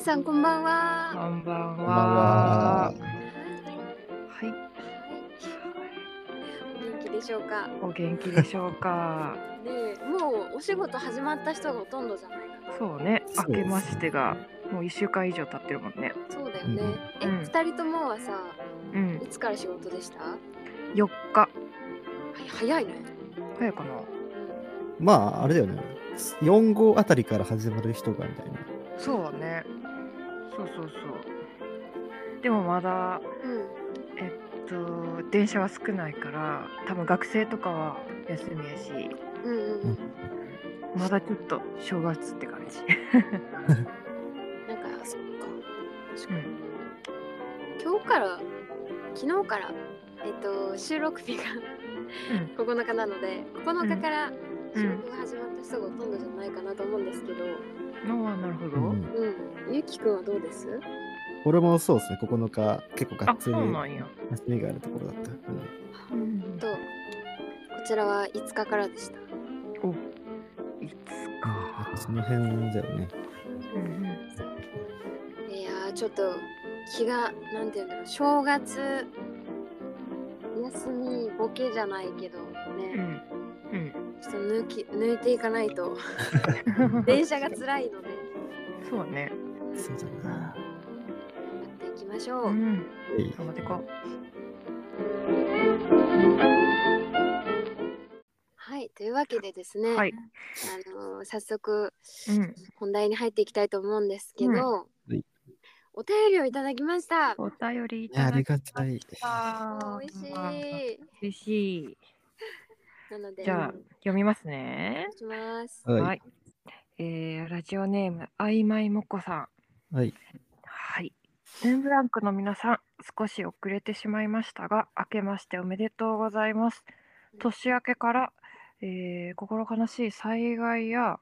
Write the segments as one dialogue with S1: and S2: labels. S1: さんこんばんは。
S2: こんばん
S3: こんばんは
S2: は。。はい、
S1: はいお元気でしょうか。ね
S2: お元気でしょう か。
S1: えもうお仕事始まった人がほとんどじゃないかな。
S2: そうね、
S3: そう
S2: 明けましてが、もう一週間以上経ってるもんね。
S1: そうだよね。え、
S2: うん
S1: 二人ともはさ、
S2: うん
S1: い、つから仕事でした？は
S2: 四日、
S1: い早いね。
S2: 早いかな。
S3: まあ、あれだよね。4号あたりから始まる人がみたいな。
S2: そうはね。そうそうそう。でもまだ、
S1: うん。
S2: えっと、電車は少ないから、多分学生とかは休みやし。
S1: うんうんうん。
S2: まだちょっと正月って感じ。
S1: なんかそっか。確
S2: う
S1: かに
S2: ん、
S1: 今日から昨日からえっと収録日が9日なので9日から収録が始まった人がほとんどじゃないかなと思うんですけど、
S2: うん、ああ、なるほど。
S3: うん、
S1: うん。ゆうきくんはどうです？
S3: 俺もそうですね、9日、結構が
S2: あ
S3: っ、つ
S2: そ
S3: り
S2: うなんや。
S3: 休みがあるところだった。うん
S2: うん
S1: とこちらは5日からでした。
S2: お、いつか。
S3: その辺だよね。
S2: うんうん
S1: いやーちょっと気がなんていうんだろう正月休みボケじゃないけど
S2: う
S1: ね、
S2: んうん
S1: ちょっと抜き抜いていかないと 電車が辛いので
S2: そうね。
S3: そうだな。
S1: やっていきましょう。
S2: うん。
S3: えい
S2: 頑張っていこ
S1: はいというわけでですね、
S2: う。はい。
S1: あのー早速
S2: うん。
S1: 本題に入っていきたいと思うんですけど、
S2: うん
S3: い
S1: お便りをいただきました。
S2: お便りい
S3: いや、
S2: た
S3: あ
S2: だ
S3: り
S2: き
S3: がたい。
S2: た。
S1: 美味し
S2: い。
S1: い。
S2: 嬉しい。
S1: なので
S2: じゃあ
S1: い
S2: 読みますね。
S1: きます。
S3: はい。
S2: い。えー、ラジオネームあいまいもこさん。
S3: はい。
S2: はい。ルンブランクの皆さん、少し遅れてしまいましたが、明けましておめでとうございます。年明けから、えー心悲しい災害や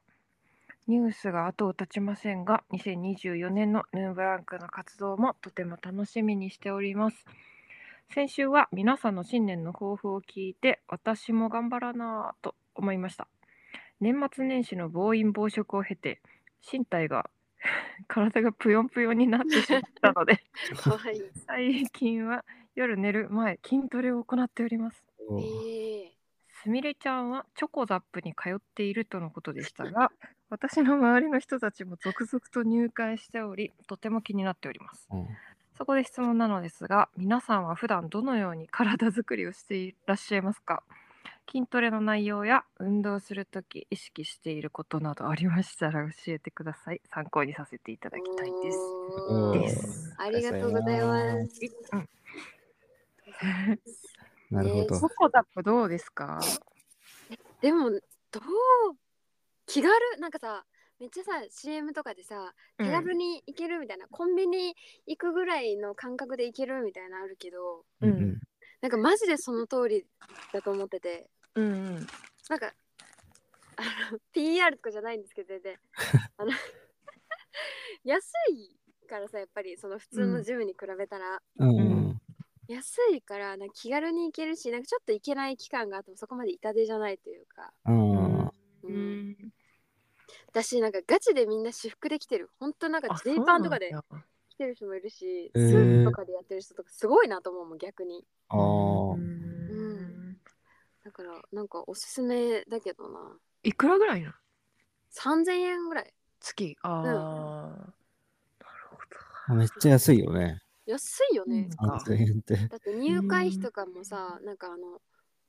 S2: ニュースが後を絶ちませんが、2024年のルンブランクの活動もとても楽しみにしております。先週は皆さんの新年の抱負を聞いて、私も頑張らなぁと思いました。年末年始の暴飲暴食を経て、身体が体がぷよんぷよになってしまったの で
S1: かわいい。
S2: 最近は夜寝る前筋トレを行っております
S3: お
S1: ええ
S2: すみれちゃんはチョコザップに通っているとのことでしたが 私の周りの人たちも続々と入会しておりとても気になっております
S3: うん
S2: そこで質問なのですが皆さんは普段どのように体づくりをしていらっしゃいますか筋トレの内容や運動するとき意識していることなどありましたら教えてください参考にさせていただきたいです
S1: おー
S2: です
S1: ありがとうございます。
S3: なるほど
S2: チョ。コザップどうですか
S1: でもどう気軽なんかさめっちゃさ CM とかでさ手軽に行けるみたいな、コンビニ行くぐらいの感覚で行けるみたいなのあるけど
S2: うん
S3: うん
S1: なんかマジでその通りだと思ってて
S2: うんうん
S1: なんかあの PR とかじゃないんですけど 全然あの安いからさやっぱりその普通のジムに比べたら、
S3: うんうん
S1: 安いからなんか気軽に行けるしなんかちょっと行けない期間があってもそこまで痛手じゃないというか、
S3: うん。あ
S1: うん私なんかガチでみんな私服で来てる本当なんか
S2: あ
S1: ジーパンとかで来てる人もいるしス
S3: へー
S1: ーツとかでやってる人とかすごいなと思うもん逆に
S3: あー。
S1: んだからなんかおすすめだけどない
S2: くらぐらいの
S1: 3000円ぐらい
S2: 月ああ、
S1: ん
S2: なるほ
S3: めっちゃ安いよね。
S1: 安いよ
S2: ど、
S1: ね、
S2: なんか
S3: 3000円って。
S1: だって入会費とかもさなんかあの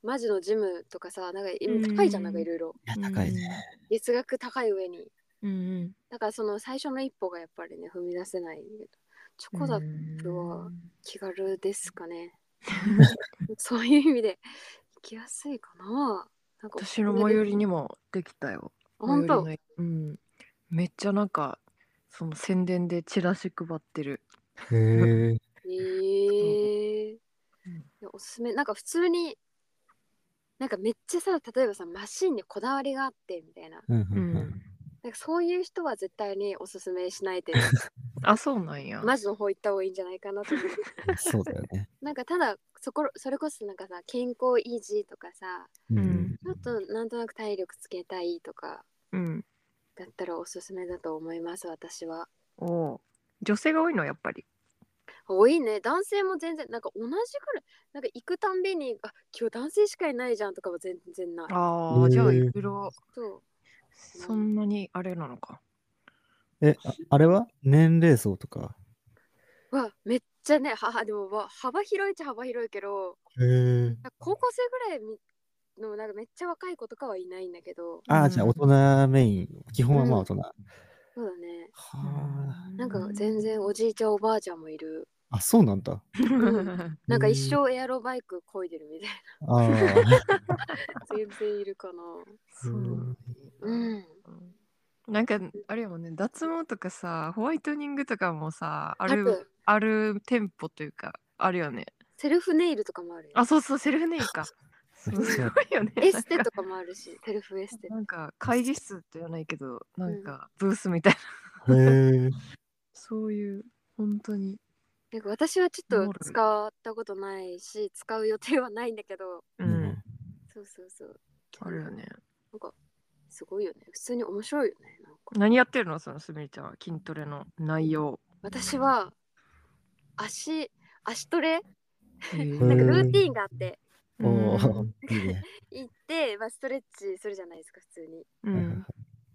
S1: マジのジムとかさなんか
S2: うん
S1: 高いじゃんなんかいろいろ
S3: いや、高いね。
S1: 月額高い上に
S2: うんうん
S1: だからその最初の一歩がやっぱりね踏み出せないチョコだプは気軽ですかね。 そういう意味で行きやすいかな。なんか
S2: 私の最寄りにもできたよ
S1: 本当
S2: 最寄りのうんめっちゃなんかその宣伝でチラシ配ってる
S3: へえ。
S1: えーい
S2: うん
S1: やおすすめなんか普通になんかめっちゃさ例えばさマシンにこだわりがあってみたいな
S3: うん
S2: う、
S3: うんん
S1: なんかそういう人は絶対におすすめしないで
S2: あそうなん や、
S1: マジの方行った方がいいんじゃないかなと思う
S3: うん。そうだよね。
S1: なんかただそこそれこそなんかさ健康維持とかさ
S3: うん
S2: うん
S1: ちょっとなんとなく体力つけたいとか
S2: うん
S1: だったらおすすめだと思います私は。
S2: おう女性が多いのやっぱり
S1: 多いね男性も全然なんか同じぐらいなんか行くたんびにあ今日男性しかいないじゃんとかは全然ない
S2: あ
S3: へ
S2: あ
S3: ー
S2: じゃあいろいろ
S1: そう
S2: そんなにあれなのか
S3: え、ああれは年齢層とか。
S1: わめっちゃねはでもわ幅広いっちゃ幅広いけど
S3: へえ。
S1: なんか高校生ぐらいみのなんかめっちゃ若い子とかはいないんだけど
S3: あ
S2: う
S3: あ、
S2: ん
S3: じゃあ大人メイン。基本はまあ大人。は
S1: そうだね
S3: あ。
S1: なんか全 然おじいちゃんおばあちゃんもいる
S3: あ、そうなんだ。
S2: うん
S1: なんか一生エアロバイク漕いでるみたい
S3: ああ。
S1: な全然いるかな
S2: そう
S3: うん
S1: うん
S2: なんかあれやもんね脱毛とかさホワイトニングとかもさあ
S1: あ
S2: る
S1: と
S2: ある店舗というかあるよね
S1: セルフネイルとかもあるよ
S2: あそうそうセルフネイル かすごいよね
S1: エステとかもあるしセルフエステ
S2: なんか会議室ではないけどなんかブースみたいな、
S3: へえ。
S2: そういう本当に、
S1: なんか私はちょっ
S2: モ
S1: と
S2: ル
S1: 使ったことないし使う予定はないんだけど
S2: う
S3: うんん、
S1: そうそうそう
S2: あるよね
S1: すごいよね普通に面白いよねなんか
S2: 何やってるのそのすみれちゃんは筋トレの内容
S1: 私は足足トレ
S3: へ
S1: なんか
S3: ー
S1: ルーティーンがあって
S3: お
S2: う
S3: ーいいね。
S1: 行って、まあ、ストレッチするじゃないですか普通に。
S2: んうん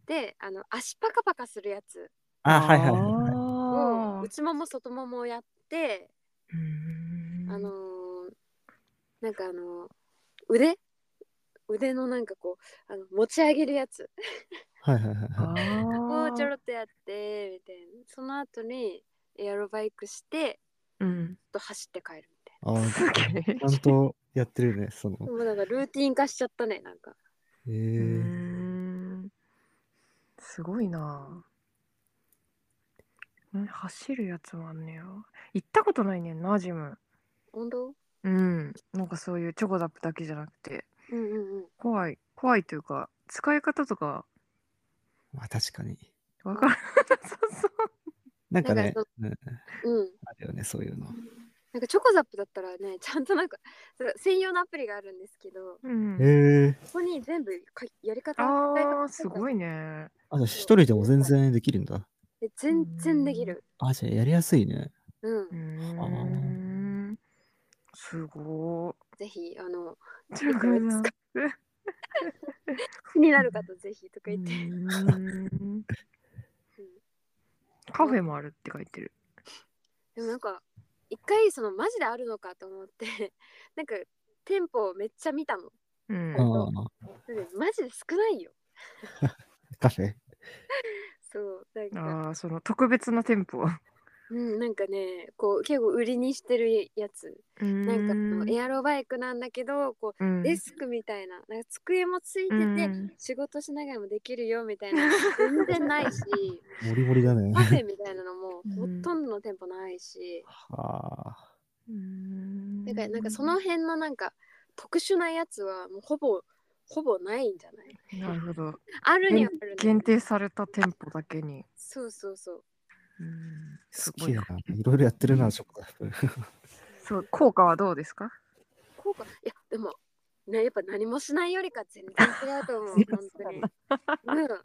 S1: であの足パカパカするやつ
S3: あ、はいはいはいはい。
S1: を
S2: あー
S1: 内もも外ももをやって、
S2: うん
S1: あのーなんかあのー腕腕のなんかこうあの持ち上げるやつ
S3: はいはいはいはい。
S2: あ
S1: を
S2: ー
S1: ちょろっとやってみたいなその後にエアロバイクして
S2: うん
S1: ちょっと走って帰るみたい
S3: あー
S2: すげえ
S3: ちゃんとやってるね、その。
S1: なもうなんかルーティン化しちゃったねなんか
S3: へ
S2: うー
S3: え。
S2: んすごいなあん走るやつもあんねや行ったことないねんなジム
S1: 運動
S2: うんなんかそういうチョコザップだけじゃなくて
S1: うんうんうん
S2: 怖い怖いというか使い方とか
S3: まあ確かに。
S2: わからなさそう
S3: なんかね
S1: な、
S3: うん
S1: うん
S3: あるよね、そういうの。
S1: なんかチョコザップだったらねちゃんとなんかそれ専用のアプリがあるんですけど
S2: うん
S3: へえ。
S1: ここに全部かやり方
S2: あ
S1: 使い方
S2: ーすごいね
S3: あ、じゃあ一人でも全然できるんだ。
S1: で全然できる
S3: あ、じゃあやりやすいね。
S1: うん、
S2: うーんすごー
S1: ぜひあの
S2: チョコザップ
S1: 気になる方ぜひとか
S2: う
S1: 言って、
S2: ーんカフェもあるって書いてる
S1: でもなんか一回そのマジであるのかと思ってなんか店舗をめっちゃ見たの
S2: うん
S3: ああ、
S1: でマジで少ないよ
S3: カフェ。
S1: そうなんか
S2: ああ、その特別な店舗。
S1: うんなんかねこう結構売りにしてるやつなんかあのエアロバイクなんだけどこ
S2: うん
S1: うデスクみたいななんか机もついて
S2: う
S1: て
S2: ん
S1: 仕事しながらもできるよみたいな 全然ないし
S3: モリモリだね。
S1: カフェみたいなのも
S2: うん
S1: ほとんどの店舗ないし、
S3: はあ。
S2: うん
S1: なんかなんかその辺のなんか特殊なやつはもうほぼほぼないんじゃない
S2: なるほど。
S1: あるにはあるんだけど
S2: 限定された店舗だけに。
S1: そうそうそう
S2: うんす
S3: 好
S2: ご
S3: き
S2: い
S3: や
S2: な。
S3: な。いろいろやってるな、ショコラ。
S2: そう、効果はどうですか。
S1: 効果いやでもねやっぱ何もしないよりか全然違うと 思う
S2: いや
S1: 本当にうん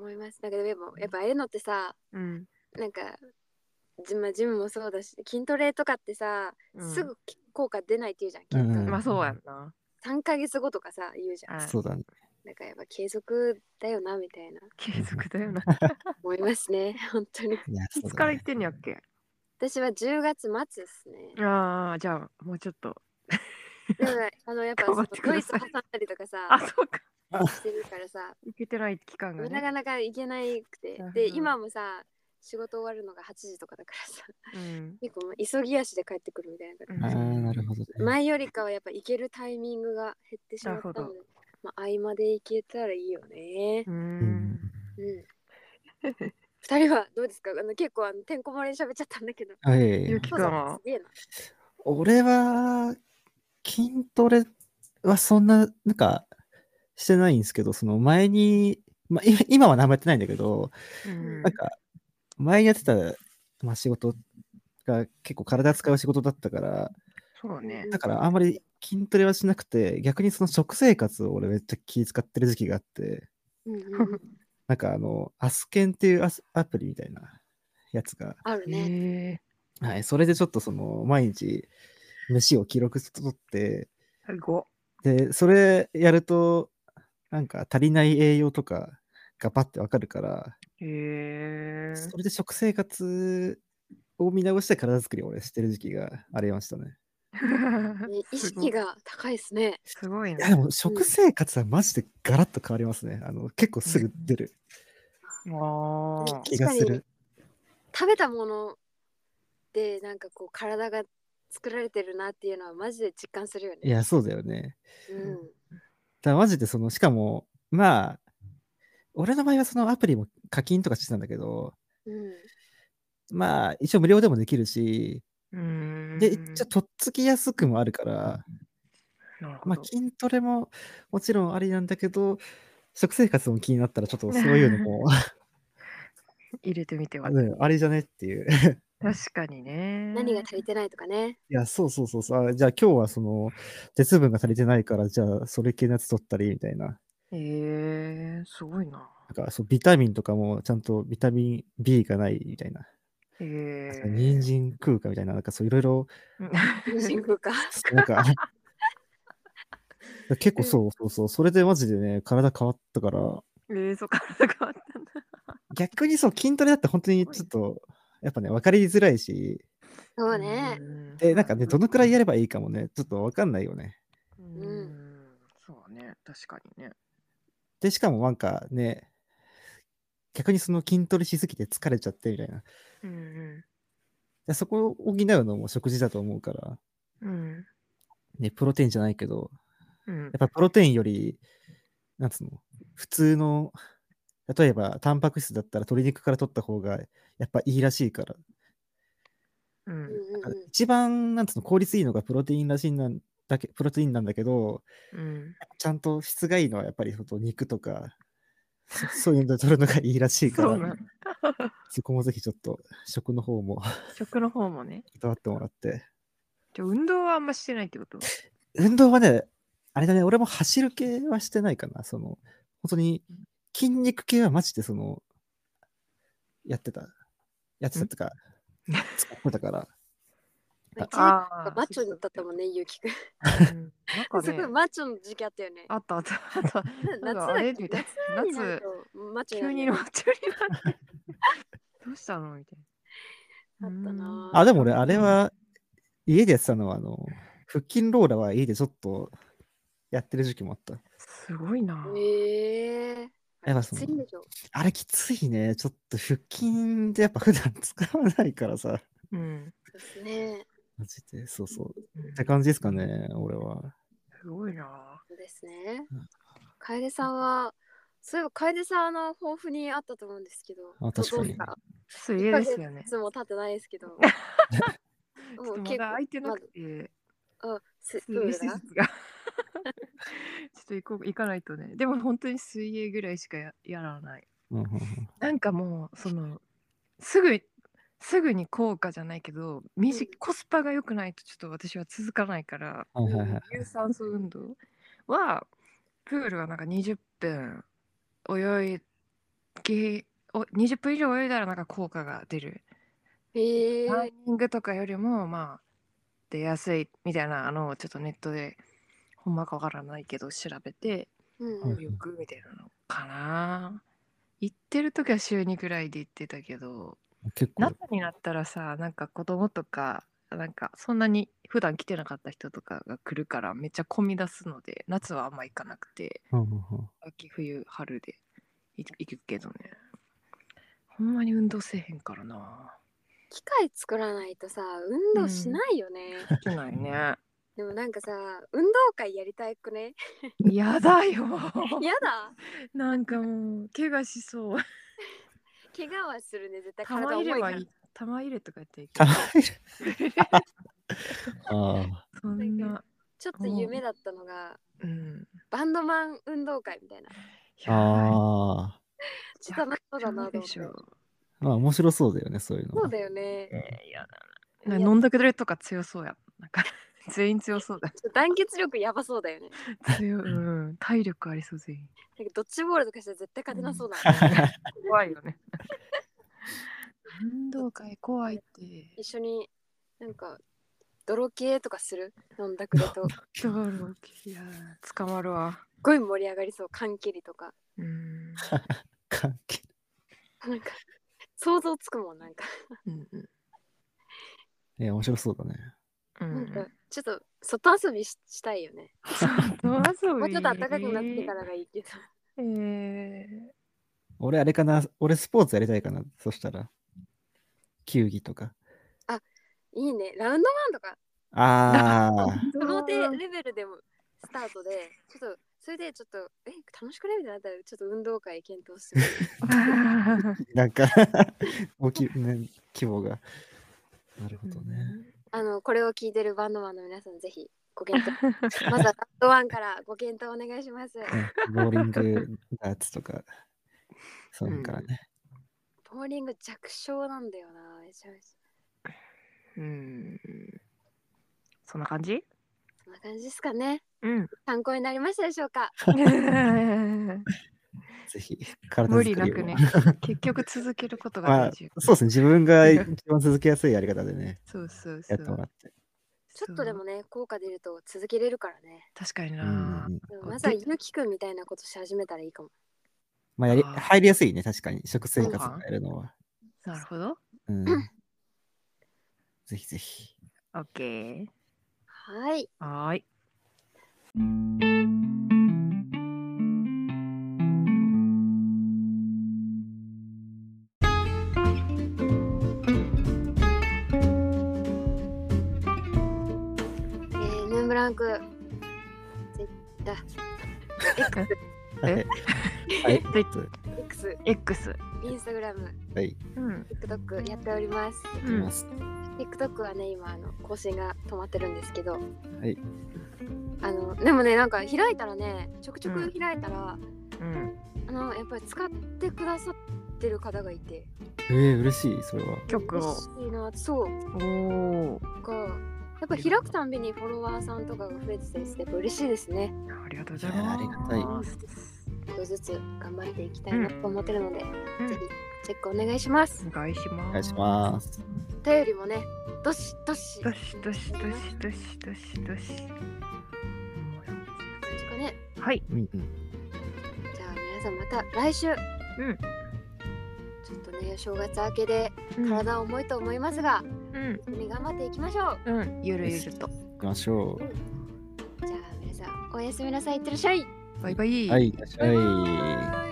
S1: 思いますだけどでもやっぱああいうのってさ
S2: うん。
S1: なんかジムジムもそうだし筋トレとかってさ、
S2: うん
S1: すぐ効果出ないって言うじゃん結果、
S3: うん
S2: まあ、そうやんな。
S1: 3ヶ月後とかさ言うじゃん、
S2: はい
S3: そうだね。
S1: だからやっぱ継続だよなみたいな
S2: 継続だよ な。
S1: 思いますね本当に
S3: いや
S2: い
S3: そう
S2: つか
S3: だ
S2: ら
S3: ね
S2: 行ってんやっけ。
S1: 私は10月末ですね
S2: ああ、じゃあ、もうちょっと。
S1: でもあのやっぱその
S2: 頑張ってく
S1: ドイ
S2: だ
S1: ツ
S2: さ
S1: 挟
S2: い
S1: んだりとか
S2: あ、
S1: さ
S2: そうか。
S1: してるからさ
S2: 行けてない期間が
S1: な
S2: ね。
S1: かなか行けないくて
S2: うん
S1: で今もさ仕事終わるのが8時とかだからさ
S2: うん。
S1: 結構もう急ぎ足で帰ってくるみたいな感じ、
S3: ああ、なるほどね。
S1: 前よりかはやっぱ行けるタイミングが減ってしまった
S2: なる
S1: の
S2: ほ
S1: で、まあ、合間で行けたらいいよね
S2: う
S3: うんん。
S1: うん2人はどうですかあの結構あのてんこ盛りに喋っちゃったんだけど
S3: あいやいやい
S2: ゆ
S3: や
S2: うきくんは
S1: す。げえな
S3: 俺は、筋トレはそんな、なんか、してないんですけど、その前に、まあ、い今は何もやってないんだけど、
S2: うん
S3: なんか、前にやってた、まあ、仕事が結構体使う仕事だったから、
S2: そうね。
S3: だからあんまり筋トレはしなくて、逆にその食生活を俺めっちゃ気遣ってる時期があって、
S1: うんうんうん
S3: なんかあの、アスケンっていうアスアプリみたいなやつが、
S1: あるね。
S2: え
S3: はい、それでちょっとその、毎日、飯を記録しとって、
S2: ー、すご
S3: で、それやると、なんか足りない栄養とかがパッてわかるから、
S2: えー、
S3: それで食生活を見直して体作りを俺してる時期がありましたね。
S1: ね意識が高いですね。
S2: すごい
S3: いやで
S2: な。
S3: も食生活はマジでガラッと変わりますね。あの結構すぐ出る
S2: あー
S3: 気がする。
S1: 食べたものでなんかこう体が作られてるなっていうのはマジで実感するよね。
S3: いや、そうだよね。
S1: うん、
S3: だからマジでその、しかも、まあ、俺の場合はそのアプリも課金とかしてたんだけど、
S1: うん、
S3: まあ一応無料でもできるし、
S2: うーん。
S3: で、一応とっつきやすくもあるから、
S2: なるほ
S3: ま
S2: ど
S3: あ、筋トレももちろんありなんだけど、食生活も気になったら、ち ょっとそういうのも、
S2: 入れてみては。
S3: うんあれじゃねっていう。
S2: 確かにね。
S1: 何が足りてないとかね。
S3: いや、そうそうそうそう。あじゃあ今日はその、鉄分が足りてないから、じゃあそれ系のやつ取ったり、みたいな。
S2: えー、すごいな。
S3: なんかそうビタミンとかもちゃんとビタミン B がないみたいな。
S2: えー、
S3: 人参食うかみたいな、なんかそういろいろ、
S1: 真空か。
S3: そうなんか、 結構そうそうそう。それでマジでね、体変わったから、
S2: えー、そう体変わったんだ。
S3: 逆にそう、筋トレだって本当にちょっと、やっぱね、分かりづらいし、
S1: そうね。
S2: ん
S3: で、なんかね、どのくらいやればいいかもね、ちょっとわかんないよね。
S2: う
S1: うん
S2: ん。そうね、確かにね。
S3: で、しかもなんかね、逆にその筋トレしすぎて疲れちゃってみたいな。
S2: うん
S3: でそこを補うのも食事だと思うから、
S2: うん。うん。
S3: ね、プロテインじゃないけど、
S2: うん
S3: やっぱプロテインより、なんつうの、普通の、例えばタンパク質だったら鶏肉から取った方がやっぱいいらしいから、
S1: う
S2: う
S1: ん
S2: ん
S1: うんうん
S3: 一番なんつうの効率いいのがプロテインらしいなんだけプロテインなんだけど、
S2: うん。
S3: ちゃんと質がいいのはやっぱりその肉とか、 そそういうので取るのがいいらしいか
S2: そう
S3: ら
S2: な、
S3: そこもぜひちょっと食の方も
S2: 食の方もね。
S3: 断ってもらって。
S2: じゃあ運動はあんましてないってこと
S3: 運動はね、あれだね、俺も走る系はしてないかな。その、本当に筋肉系はマジでその、やってた。やってたとか、使ってたから。
S1: 一時期
S2: あ
S1: マッチョだったもんね、ゆうきくん。
S2: うんなんか
S1: す ごい
S2: ね、
S1: マッチョの時期あったよね。
S2: あったあったあった。な
S1: 夏
S2: ん
S1: だ
S2: かあれ
S1: っけ
S2: みたいな。
S1: 夏になる
S2: 夏、
S1: とマッチョ
S2: 急に
S1: な
S2: マ
S1: るよ
S2: ッチョになって。どうしたのみたいな。
S1: あったな
S3: あ、でも俺、あれは、家でやってたのは、あの、腹筋ローラーは家でちょっとやってる時期もあった。
S2: すごいな。
S1: へえ
S3: やっぱそ
S1: つ
S3: の
S1: いでしょ。
S3: あれきついね。ちょっと腹筋でやっぱ普段使わないからさ。
S2: うん。
S1: そうですね。
S3: マジで、そうそう。
S2: うん
S3: って感じですかね、俺は。
S2: すごいな。
S1: そうですね
S3: うん。
S1: 楓さんは、そういえば楓さんあの抱負にあったと思うんですけど、
S3: あ確かに
S1: どう
S2: そう家ですよね
S1: い。つも経ってないですけど。も
S2: ちょっと
S1: う結構
S2: まだ空いてなく
S1: ま
S2: て、
S1: だあ、す、
S2: 水
S1: どうだ
S2: 泳施設 が。ちょっと行こう行かないとね。でも本当に水泳ぐらいしかややらない。
S3: うんうん
S2: なんかもうそのすぐすぐに効果じゃないけど短いコスパが良くないとちょっと私は続かないから、
S3: うんはいはいはい。
S2: 有酸素運動はプールはなんか20分泳いぎお20分以上泳いだらなんか効果が出る
S1: へえ
S2: ランニングとかよりもまあ出やすいみたいなあのをちょっとネットでほんまかわからないけど調べて
S1: うん
S3: はい
S2: よくみたいなのかな行ってる時は週2くらいで行ってたけど
S3: 結構。
S2: 夏になったらさなんか子供とかなんかそんなに普段来てなかった人とかが来るからめっちゃ混み出すので夏はあんま行かなくて
S3: うんうんうん
S2: 秋冬春で行行くけどねほんまに運動せえへんからな
S1: 機械作らないとさ、運動しないよね。
S2: できないね
S1: でもなんかさ、運動会やりたくね。
S2: やだよ
S1: やだ。
S2: なんかもう怪我しそう
S1: 怪我はするね、絶対
S2: 玉
S1: 体
S2: 入
S1: 重い
S2: れ
S1: か
S2: ば
S1: ら
S2: いい。玉入れとかやっていいけ
S3: 玉
S2: ど
S3: 入れ あ
S2: そんな
S1: ちょっと夢だったのが、
S2: うん
S1: バンドマン運動会みたいな。
S3: あ。ああ。
S1: ちょっと楽しそうだなと思
S2: で
S1: って。
S2: しょ
S1: そ。
S3: まあ面白そうだよね、そういうのは。
S1: うだよね。
S2: いや、飲んだくれとか強そうやん。なんか 全員強そうだ。
S1: ちょっと団結力やばそうだよね。
S2: 強い、うん、体力ありそう全員。
S1: なんかドッジボールとかしたら絶対勝てなそうだ、 ね
S2: 怖いよね。運動会怖いって。
S1: 一緒になんか泥系とかする飲んだくれと。す
S2: ドロキや捕まるわ。
S1: ごい盛り上がりそう缶切りとか。
S2: うん。
S3: 関係
S1: なんか想像つくもんなんか。
S2: うんうん
S3: いや、面白そうだね。
S2: う
S1: なんか
S2: ん。
S1: ちょっと外遊びししたいよね。
S2: そう
S1: もうちょっと暖かくなってからがいいけど。
S2: えー、
S3: 俺、あれかな、俺、スポーツやりたいかな、そしたら。球技とか。
S1: いいね。ラウンドワンとか、
S3: ああ、
S1: そ の手レベルでもスタートで、ちょっと、それでちょっと、え、楽しくないみたいになったら、ちょっと運動会検討 してみる。
S3: なんか大きい、ね、規模が。なるほどね。
S1: あの、これを聞いてるバンドマンの皆さん、ぜひご検討。 まずはラウンドワンからご検討お願いします。
S3: ねボーリング、ダーツとか。そうなんかね。
S1: ボーリング弱小なんだよな、めちゃめちゃ。
S2: うん。そんな感じ
S1: そんな感じですかね。
S2: うん。
S1: 参考になりましたでしょうか。
S3: ぜひ、体
S2: 無
S3: 作り
S2: 理
S3: を
S2: なく ね。結局続けること
S3: ま
S2: が
S3: あ
S2: 大事。
S3: そうですね、自 分が一番続けやすいやり方でね、
S2: そうそうそ
S3: やってもら
S2: う。
S3: って。
S1: ちょっとでもね、効果出ると続けれるからね。
S2: 確かに
S3: う
S2: な。
S3: んうん
S1: でもまずはゆうきくんみたいなことし始めたらいいかも。
S3: まあやり、
S2: あー
S3: 入りやすいね、確かに、食生活を変えるのは。
S2: なるほど。
S3: うん
S1: ん
S3: ぜひぜひ。
S2: オッケー。
S1: はい。
S2: はーい。
S1: えー、ヌンブランク。絶対。
S3: はい。はい。
S2: で
S1: X、
S2: X。
S1: インスタグラム、
S3: はい。
S2: うん。
S1: TikTok やっております。
S3: 行きます。
S1: TikTok はね、今あの更新が止まってるんですけど、
S3: い
S1: あのでもね、なんか開いたらね、ちょくちょ
S2: う
S1: く
S2: ん
S1: 開いたら、
S2: うん。
S1: あのやっぱり使ってくださってる方がいて、
S3: えー、嬉しい、それは。
S2: 曲を
S1: 嬉。しいな、そう
S2: おお。
S1: か。やっぱ開くたんびにフォロワーさんとかが増えてたりして、やっぱ嬉しいですね。
S2: ありがとうございます。
S3: いやありが
S1: たちょっとずつ頑張っていきたいなと思ってるので、
S2: ん
S1: ぜひチェックお願いします。
S2: お願いします。
S3: お願いします。
S1: お便りもね、どしどし。
S2: どしどしどしどしどしどし。
S1: 感じかね。
S2: はい。
S3: うんうん。
S1: じゃあ皆さんまた来週。うんちょっとね正月明けで
S2: うん。
S1: 体重いと思いますが、
S2: うん。
S1: 一緒に頑張っていきましょう。
S2: うん。ゆるゆると。
S3: 行きましょ
S1: じゃあ皆さんおやすみなさい。いってらっしゃい。
S2: バイバイ。
S3: う。はい、いらっしゃい。
S1: バイ